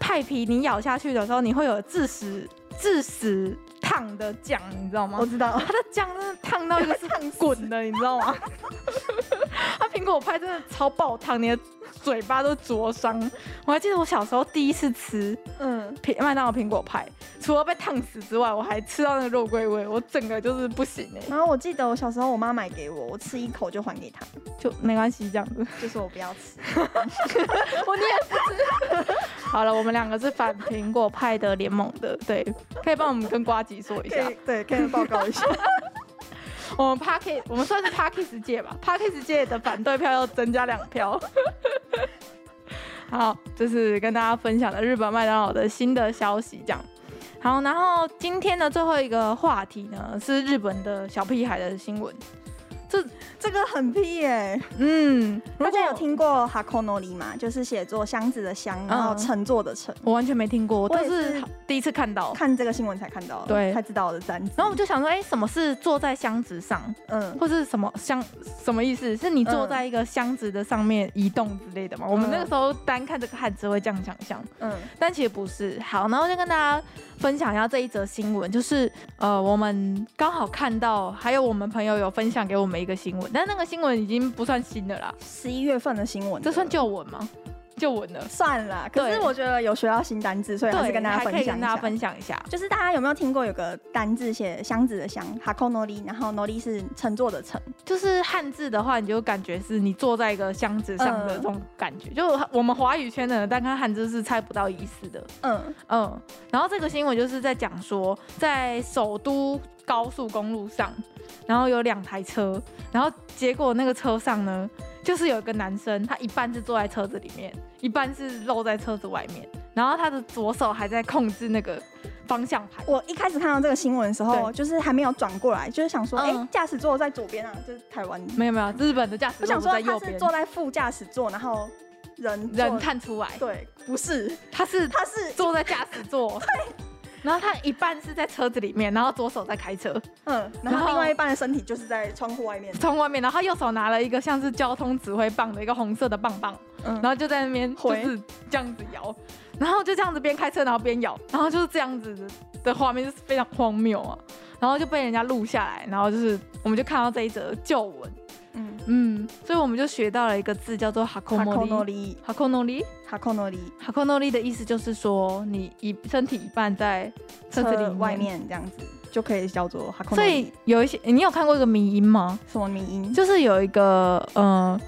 [SPEAKER 1] 派皮你咬下去的时候，你会有致死致死烫的酱，你知道吗
[SPEAKER 2] 我？知道。
[SPEAKER 1] 它的酱真的 烫到一个是滚的，你知道 吗？它苹果派真的超爆烫，你的嘴巴都灼伤。我还记得我小时候第一次吃
[SPEAKER 2] 嗯，
[SPEAKER 1] 苹麦当劳苹果派，除了被烫死之外，我还吃到那个肉桂味，我整个就是不行哎、
[SPEAKER 2] 然后我记得我小时候我妈买给我，我吃一口就还给她，
[SPEAKER 1] 就没关系这样子。
[SPEAKER 2] 就说我不要吃。
[SPEAKER 1] 我你也不吃。 好了，我们两个是反苹果派的联盟的，对，可以帮我们跟瓜吉说一下
[SPEAKER 2] 可。以对，可以报告一下。
[SPEAKER 1] 我们 Parkes，我们算是 Parkes 界吧，Parkes 界的反对票要增加两票。 好，这是跟大家分享的日本麦当劳的新的消息，这样。好，然后今天的最后一个话题呢是日本的小屁孩的新闻。
[SPEAKER 2] 这个很屁耶、
[SPEAKER 1] 嗯，如
[SPEAKER 2] 大
[SPEAKER 1] 果
[SPEAKER 2] 家有，听过 Hakonori 吗？就是写作箱子的箱，然后
[SPEAKER 1] 嗯
[SPEAKER 2] 乘坐的乘。
[SPEAKER 1] 我完全没听过，我
[SPEAKER 2] 我
[SPEAKER 1] 都
[SPEAKER 2] 也
[SPEAKER 1] 是
[SPEAKER 2] 是
[SPEAKER 1] 第一次看到。
[SPEAKER 2] 看这个新闻才看到，
[SPEAKER 1] 对
[SPEAKER 2] 才知道我的单词。
[SPEAKER 1] 然后我就想说，哎、什么是坐在箱子上？
[SPEAKER 2] 嗯，
[SPEAKER 1] 或是什么箱什么意思？是你坐在一个箱子的上面移动之类的吗？我们那个时候单看这个汉字会这样想象，
[SPEAKER 2] 嗯
[SPEAKER 1] 但其实不是。好，然后就跟大家分享一下这一则新闻，就是呃，我们刚好看到，还有我们朋友有分享给我们一个新闻，但那个新闻已经不算新的啦，
[SPEAKER 2] 十一月份的新闻了，
[SPEAKER 1] 这算旧闻吗？旧闻了，
[SPEAKER 2] 算了。可是
[SPEAKER 1] 对
[SPEAKER 2] 我觉得有学到新单字，所以还是跟大家
[SPEAKER 1] 还
[SPEAKER 2] 分
[SPEAKER 1] 可以
[SPEAKER 2] 享
[SPEAKER 1] 跟
[SPEAKER 2] 一
[SPEAKER 1] 大家
[SPEAKER 2] 下。
[SPEAKER 1] 分享一下。
[SPEAKER 2] 就是大家有没有听过有个单字写箱子的箱，Hakonori，然后 nori 是乘坐的乘，
[SPEAKER 1] 就是汉字的话，你就感觉是你坐在一个箱子上的
[SPEAKER 2] 嗯
[SPEAKER 1] 这种感觉，就我们华语圈的人，但看汉字是猜不到意思的。
[SPEAKER 2] 嗯
[SPEAKER 1] 嗯，然后这个新闻就是在讲说，在首都高速公路上，然后有两台车，然后结果那个车上呢，就是有一个男生，他一半是坐在车子里面，一半是露在车子外面，然后他的左手还在控制那个方向盘。
[SPEAKER 2] 我一开始看到这个新闻的时候，
[SPEAKER 1] 对
[SPEAKER 2] 就是还没有转过来，就是想说，哎、
[SPEAKER 1] 嗯
[SPEAKER 2] 驾驶座在左边啊，就是台湾。
[SPEAKER 1] 没有没有，日本的驾驶座
[SPEAKER 2] 我想
[SPEAKER 1] 不
[SPEAKER 2] 说
[SPEAKER 1] 在右
[SPEAKER 2] 他是
[SPEAKER 1] 边，
[SPEAKER 2] 坐在副驾驶座，然后人坐
[SPEAKER 1] 人看出来，
[SPEAKER 2] 对，不是，
[SPEAKER 1] 他是
[SPEAKER 2] 他是
[SPEAKER 1] 坐在驾驶 座。然后他一半是在车子里面，然后左手在开车，
[SPEAKER 2] 嗯，然
[SPEAKER 1] 然后
[SPEAKER 2] 后另外一半的身体就是在窗户外面，
[SPEAKER 1] 从外面，然后他右手拿了一个像是交通指挥棒的一个红色的棒棒，
[SPEAKER 2] 嗯，
[SPEAKER 1] 然后就在那边就
[SPEAKER 2] 回
[SPEAKER 1] 是这样子摇，然后就这样子边开车然后边摇，然后就是这样子的画面就是非常荒谬啊，然后就被人家录下来，然后就是我们就看到这一则旧闻，
[SPEAKER 2] 嗯，
[SPEAKER 1] 嗯，所以我们就学到了一个字叫做哈库
[SPEAKER 2] 哈库
[SPEAKER 1] 诺
[SPEAKER 2] 诺
[SPEAKER 1] 利，
[SPEAKER 2] 里，
[SPEAKER 1] 哈库诺利，
[SPEAKER 2] 哈库诺里，
[SPEAKER 1] 哈库诺利的意思就是说你一身体一半在车子里
[SPEAKER 2] 外。面这样子就可以叫做哈库
[SPEAKER 1] 所
[SPEAKER 2] 诺
[SPEAKER 1] 以
[SPEAKER 2] 里，
[SPEAKER 1] 有一些，你有看过一个迷音吗？
[SPEAKER 2] 什么迷音？
[SPEAKER 1] 就是有一个，呃，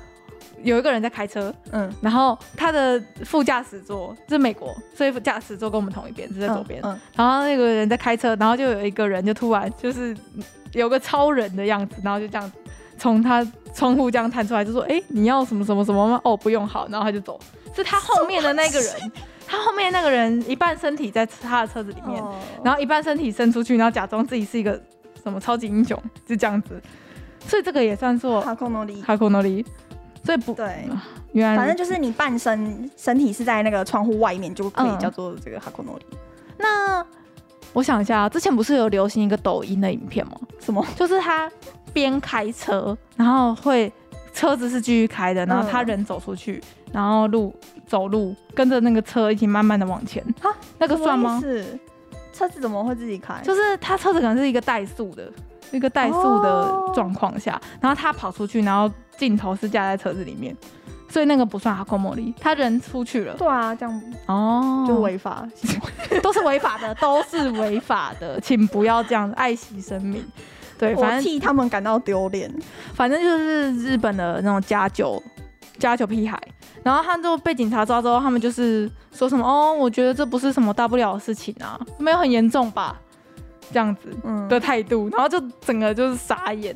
[SPEAKER 1] 有一个人在开车，
[SPEAKER 2] 嗯，
[SPEAKER 1] 然后他的副驾驶座是美国，所以副驾驶座跟我们同一边，是在左边。
[SPEAKER 2] 嗯，
[SPEAKER 1] 然后那个人在开车，然后就有一个人就突然就是有个超人的样子，然后就这样从他窗户这样探出来，就说：“哎，你要什么什么什么吗？哦，不用，好。”然后他就走。是他后面的那 个人，
[SPEAKER 2] 哦
[SPEAKER 1] 他后面那个人一半身体在他的车子里面，
[SPEAKER 2] 哦
[SPEAKER 1] 然后一半身体伸出去，然后假装自己是一个什么超级英雄，就这样子。所以这个也算作
[SPEAKER 2] 哈库诺里，
[SPEAKER 1] 哈库诺里。所以不，
[SPEAKER 2] 对，
[SPEAKER 1] 原来
[SPEAKER 2] 反正就是你半身身体是在那个窗户外面，就可以叫做这个哈库诺里。
[SPEAKER 1] 那我想一下啊，之前不是有流行一个抖音的影片吗？
[SPEAKER 2] 什么？
[SPEAKER 1] 就是他边开车，然后会车子是继续开的，然后他人走出去，然后路走路跟着那个车一起慢慢的往前
[SPEAKER 2] 啊，
[SPEAKER 1] 那个算吗？
[SPEAKER 2] 是车子怎么会自己开？
[SPEAKER 1] 就是他车子可能是一个怠速的，一个怠速的状况下，然后他跑出去，然后镜头是架在车子里面，所以那个不算阿空莫里，他人出去了，
[SPEAKER 2] 对啊，这样嗯
[SPEAKER 1] 哦，
[SPEAKER 2] 就违法。
[SPEAKER 1] 都是违法的，都是违法的，请不要这样，爱惜生命。对，
[SPEAKER 2] 我
[SPEAKER 1] 反正
[SPEAKER 2] 替他们感到丢脸。
[SPEAKER 1] 反正就是日本的那种加酒加酒屁孩，然后他就被警察抓之后，他们就是说什么哦，我觉得这不是什么大不了的事情啊，没有很严重吧，这样子。
[SPEAKER 2] 嗯，
[SPEAKER 1] 的态度，然后就整个就是傻眼。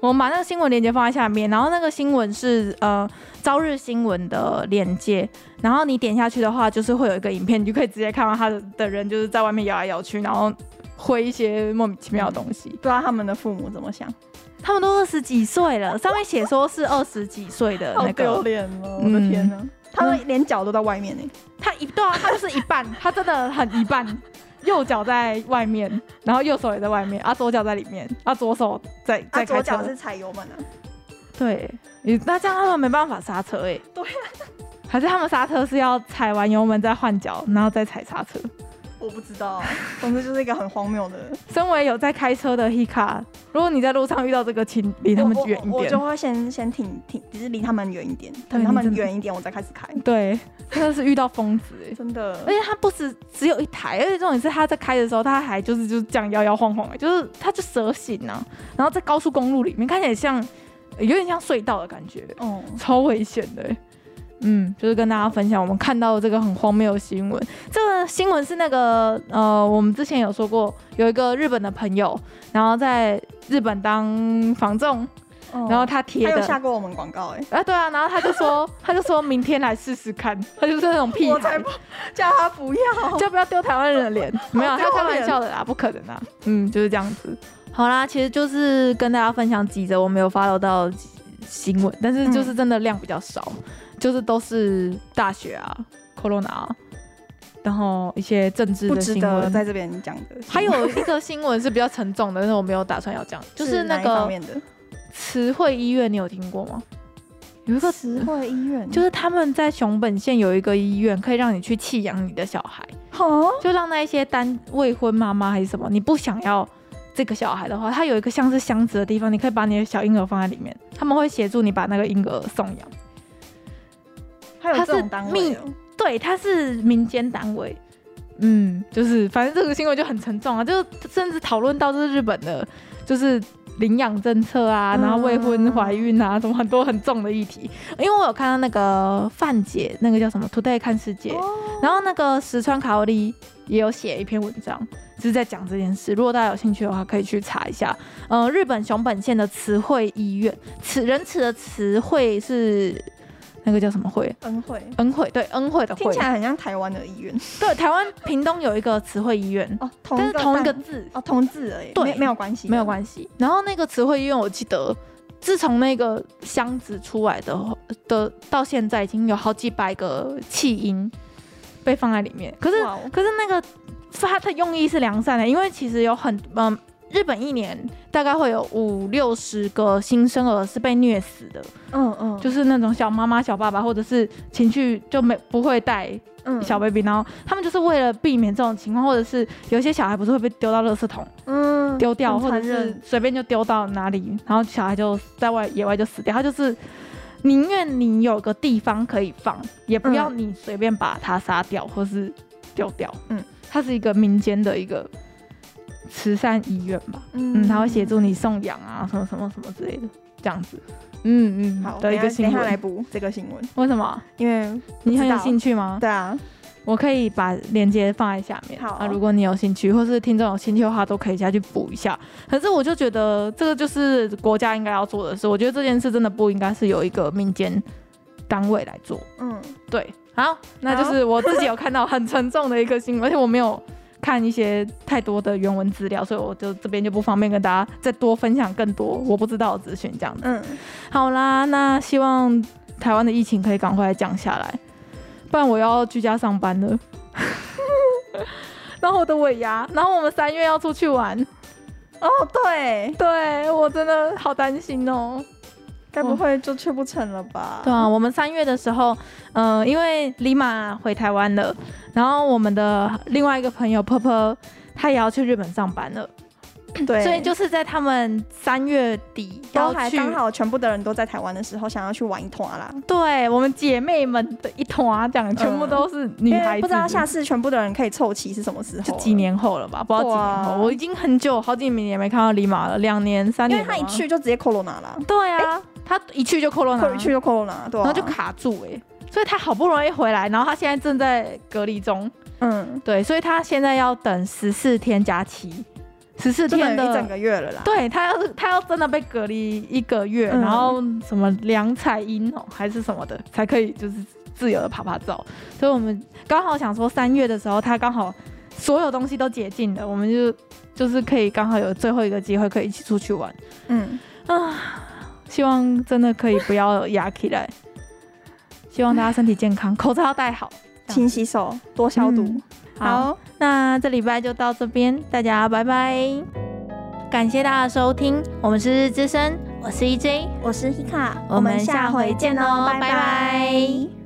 [SPEAKER 1] 我们把那个新闻链接放在下面，然后那个新闻是呃朝日新闻的链接，然后你点下去的话，就是会有一个影片，你就可以直接看到他的的人就是在外面摇来摇去，然后挥一些莫名其妙的东西。
[SPEAKER 2] 不知道他们的父母怎么想，
[SPEAKER 1] 嗯他们都二十几岁了，上面写说是二十几岁的
[SPEAKER 2] 好
[SPEAKER 1] 那
[SPEAKER 2] 丢
[SPEAKER 1] 个，
[SPEAKER 2] 脸哦！我的
[SPEAKER 1] 嗯
[SPEAKER 2] 天哪，他们连脚都在外面呢。
[SPEAKER 1] 他一对啊，他就是一半，他真的很一半，右脚在外面，然后右手也在外面，啊左脚在里面，啊左手在在
[SPEAKER 2] 他
[SPEAKER 1] 开
[SPEAKER 2] 左
[SPEAKER 1] 车
[SPEAKER 2] 脚。是踩油门啊，
[SPEAKER 1] 对，你那这样他们没办法刹车哎、
[SPEAKER 2] 对啊
[SPEAKER 1] 还是他们刹车是要踩完油门再换脚，然后再踩刹车。
[SPEAKER 2] 我不知道。总之就是一个很荒谬的。
[SPEAKER 1] 身为有在开车的 Hika，如果你在路上遇到这个，请 离他们
[SPEAKER 2] 我我
[SPEAKER 1] 远一
[SPEAKER 2] 我就
[SPEAKER 1] 点。
[SPEAKER 2] 会先先停停，只是离他们远一点，
[SPEAKER 1] 对
[SPEAKER 2] 等他
[SPEAKER 1] 你
[SPEAKER 2] 们
[SPEAKER 1] 真的
[SPEAKER 2] 远一点，我再开始开。
[SPEAKER 1] 对，真的是遇到疯子哎、
[SPEAKER 2] 真的
[SPEAKER 1] 而，且他不止只有一台，而且重点是他在开的时候，他还就是就是这样摇摇晃晃、欸，就是他就蛇形啊，然后在高速公路里面看起来像有点像隧道的感觉，
[SPEAKER 2] 哦，
[SPEAKER 1] 超危险的欸。嗯，就是跟大家分享我们看到的这个很荒谬的新闻。这个新闻是那个呃，我们之前有说过，有一个日本的朋友，然后在日本当房仲，
[SPEAKER 2] 然
[SPEAKER 1] 然后他贴
[SPEAKER 2] 嗯哦他有
[SPEAKER 1] 的
[SPEAKER 2] 下过我们广告 哎、
[SPEAKER 1] 啊，对啊，然后他就说，他就说明天来试试看，他就是那种屁
[SPEAKER 2] 我才
[SPEAKER 1] 孩
[SPEAKER 2] 不，叫他不 要。
[SPEAKER 1] 就不要丢台湾人的脸， 没有，他开玩笑的啦，不可能啊，嗯，就是这样子。好啦，其实就是跟大家分享几则我没有 follow 到新闻，但是就是真的量比较少，就是都是大学啊、corona，啊然后一些政治
[SPEAKER 2] 不
[SPEAKER 1] 的
[SPEAKER 2] 值
[SPEAKER 1] 新
[SPEAKER 2] 得
[SPEAKER 1] 闻。
[SPEAKER 2] 在这边讲的，
[SPEAKER 1] 还有一个新闻是比较沉重的，但是我没有打算要 讲，就是那
[SPEAKER 2] 哪一方
[SPEAKER 1] 个
[SPEAKER 2] 面的
[SPEAKER 1] 慈惠医院，你有听过吗？有一个
[SPEAKER 2] 实惠医院，
[SPEAKER 1] 就是是他们在熊本县有一个医院，可以让你去弃养你的小孩。
[SPEAKER 2] 哦，
[SPEAKER 1] 就让那一些单未婚妈妈还是什么，你不想要这个小孩的话，它有一个像是箱子的地方，你可以把你的小婴儿放在里面，他们会协助你把那个婴儿送养。
[SPEAKER 2] 还有
[SPEAKER 1] 它
[SPEAKER 2] 这
[SPEAKER 1] 是
[SPEAKER 2] 种单位哦、
[SPEAKER 1] 对，它是民间单位。嗯，就是反正这个新闻就很沉重啊，就甚至讨论到就是日本的，就是领养政策啊，
[SPEAKER 2] 嗯
[SPEAKER 1] 然后未婚怀孕啊，什么很多很重的议题。因为我有看到那个范姐，那个叫什么《Today 看世界》，
[SPEAKER 2] 哦
[SPEAKER 1] 然后那个石川卡奥利也有写一篇文章，就是在讲这件事。如果大家有兴趣的话，可以去查一下。呃，日本熊本县的慈惠医院，慈仁慈的慈惠是那个叫什么惠？
[SPEAKER 2] 恩惠
[SPEAKER 1] 恩惠对恩惠的
[SPEAKER 2] 听
[SPEAKER 1] 惠
[SPEAKER 2] 起。来很像台湾的医院
[SPEAKER 1] 对，台湾屏东有一个慈惠医院，
[SPEAKER 2] 哦，同
[SPEAKER 1] 但是
[SPEAKER 2] 一个
[SPEAKER 1] 同一个
[SPEAKER 2] 单
[SPEAKER 1] 字
[SPEAKER 2] 哦，同字而已，
[SPEAKER 1] 对
[SPEAKER 2] 没没有关系，
[SPEAKER 1] 没有关系。然后那个慈惠医院，我记得自从那个箱子出来的的到现在，已经有好几百个弃婴被放在里面，可是
[SPEAKER 2] 哇哦
[SPEAKER 1] 可是那个它的用意是良善的，因为其实有很嗯、日本一年大概会有五六十个新生儿是被虐死的，
[SPEAKER 2] 嗯嗯，
[SPEAKER 1] 就是那种小妈妈、小爸爸，或者是情绪就没不会带
[SPEAKER 2] 嗯
[SPEAKER 1] 小 baby，、然后他们就是为了避免这种情况，或者是有些小孩不是会被丢到垃圾桶
[SPEAKER 2] 嗯
[SPEAKER 1] 丢掉，
[SPEAKER 2] 很
[SPEAKER 1] 或者
[SPEAKER 2] 残
[SPEAKER 1] 是
[SPEAKER 2] 忍
[SPEAKER 1] 随便就丢到哪里，然后小孩就在外野外就死掉，他就是。宁愿你有个地方可以放，也不要你随便把它杀掉或是丢掉。
[SPEAKER 2] 嗯
[SPEAKER 1] 嗯，它是一个民间的一个慈善医院吧。嗯，他会协助你送养啊，什么什么什么之类的，这样子。嗯嗯，
[SPEAKER 2] 好
[SPEAKER 1] 的一个
[SPEAKER 2] 等下
[SPEAKER 1] 新
[SPEAKER 2] 等下来
[SPEAKER 1] 闻。
[SPEAKER 2] 补这个新闻，
[SPEAKER 1] 为什么？
[SPEAKER 2] 因为
[SPEAKER 1] 你很有
[SPEAKER 2] 不知道
[SPEAKER 1] 兴趣吗？
[SPEAKER 2] 对啊，
[SPEAKER 1] 我可以把链接放在下面。
[SPEAKER 2] 好
[SPEAKER 1] 啊，如果你有兴趣，或是听众有兴趣的话，都可以下去补一下。可是我就觉得这个就是国家应该要做的事，我觉得这件事真的不应该是由一个民间单位来做。
[SPEAKER 2] 嗯，
[SPEAKER 1] 对，好，那就是我自己有看到很沉重的一个新闻，而且我没有看一些太多的原文资料，所以我就这边就不方便跟大家再多分享更多我不知道的资讯这样子。
[SPEAKER 2] 嗯，
[SPEAKER 1] 好啦，那希望台湾的疫情可以赶快降下来，不然我要居家上班了。 然后我的尾牙，然后我们三月要出去玩，
[SPEAKER 2] 哦，对，
[SPEAKER 1] 对我真的好担心哦。
[SPEAKER 2] 该不会就去不成了吧？
[SPEAKER 1] 对啊，我们三月的时候，嗯、因为 Lima 回台湾了，然后我们的另外一个朋友 p u r p l 他也要去日本上班了，
[SPEAKER 2] 对，
[SPEAKER 1] 所以就是在他们三月底
[SPEAKER 2] 都
[SPEAKER 1] 要
[SPEAKER 2] 还
[SPEAKER 1] 去。
[SPEAKER 2] 刚好全部的人都在台湾的时候，想要去玩一通啊啦。
[SPEAKER 1] 对我们姐妹们的一团，这样全部都是女
[SPEAKER 2] 因
[SPEAKER 1] 孩子，
[SPEAKER 2] 为不知道下次全部的人可以凑齐是什么时候，啊
[SPEAKER 1] 就几。年后了吧？不知道几年后，
[SPEAKER 2] 哇
[SPEAKER 1] 我已经很久好几年没看到李马了，两年三
[SPEAKER 2] 因
[SPEAKER 1] 年
[SPEAKER 2] 为
[SPEAKER 1] 了吗。
[SPEAKER 2] 他一去就直接 corona 啦，
[SPEAKER 1] 对啊，他一去就 corona，
[SPEAKER 2] 一去就 corona，对、
[SPEAKER 1] 然
[SPEAKER 2] 啊，
[SPEAKER 1] 后就卡住哎、所以他好不容易回来，然后他现在正在隔离中，
[SPEAKER 2] 嗯，
[SPEAKER 1] 对，所以他现在要等十四天假期，十四
[SPEAKER 2] 就
[SPEAKER 1] 天
[SPEAKER 2] 等于一整
[SPEAKER 1] 的。
[SPEAKER 2] 个月了啦。
[SPEAKER 1] 对他要是他要真的被隔离一个月，
[SPEAKER 2] 嗯
[SPEAKER 1] 然后什么量彩阴哦还是什么的，才可以就是自由的爬爬照。所以我们刚好想说三月的时候，他刚好所有东西都解禁了，我们就就是可以刚好有最后一个机会可以一起出去玩
[SPEAKER 2] 嗯，
[SPEAKER 1] 啊！希望真的可以不要压起来，希望大家身体健康，口罩要戴好。
[SPEAKER 2] 勤洗手，多消毒。
[SPEAKER 1] 嗯
[SPEAKER 2] 好，
[SPEAKER 1] 那这礼拜就到这边，大家拜拜。
[SPEAKER 3] 感谢大家的收听，我们是
[SPEAKER 1] E
[SPEAKER 3] 日之声，我是 EJ，
[SPEAKER 2] 我是 Hika，
[SPEAKER 3] 我们下回见哦
[SPEAKER 2] 拜
[SPEAKER 3] 拜拜
[SPEAKER 2] 拜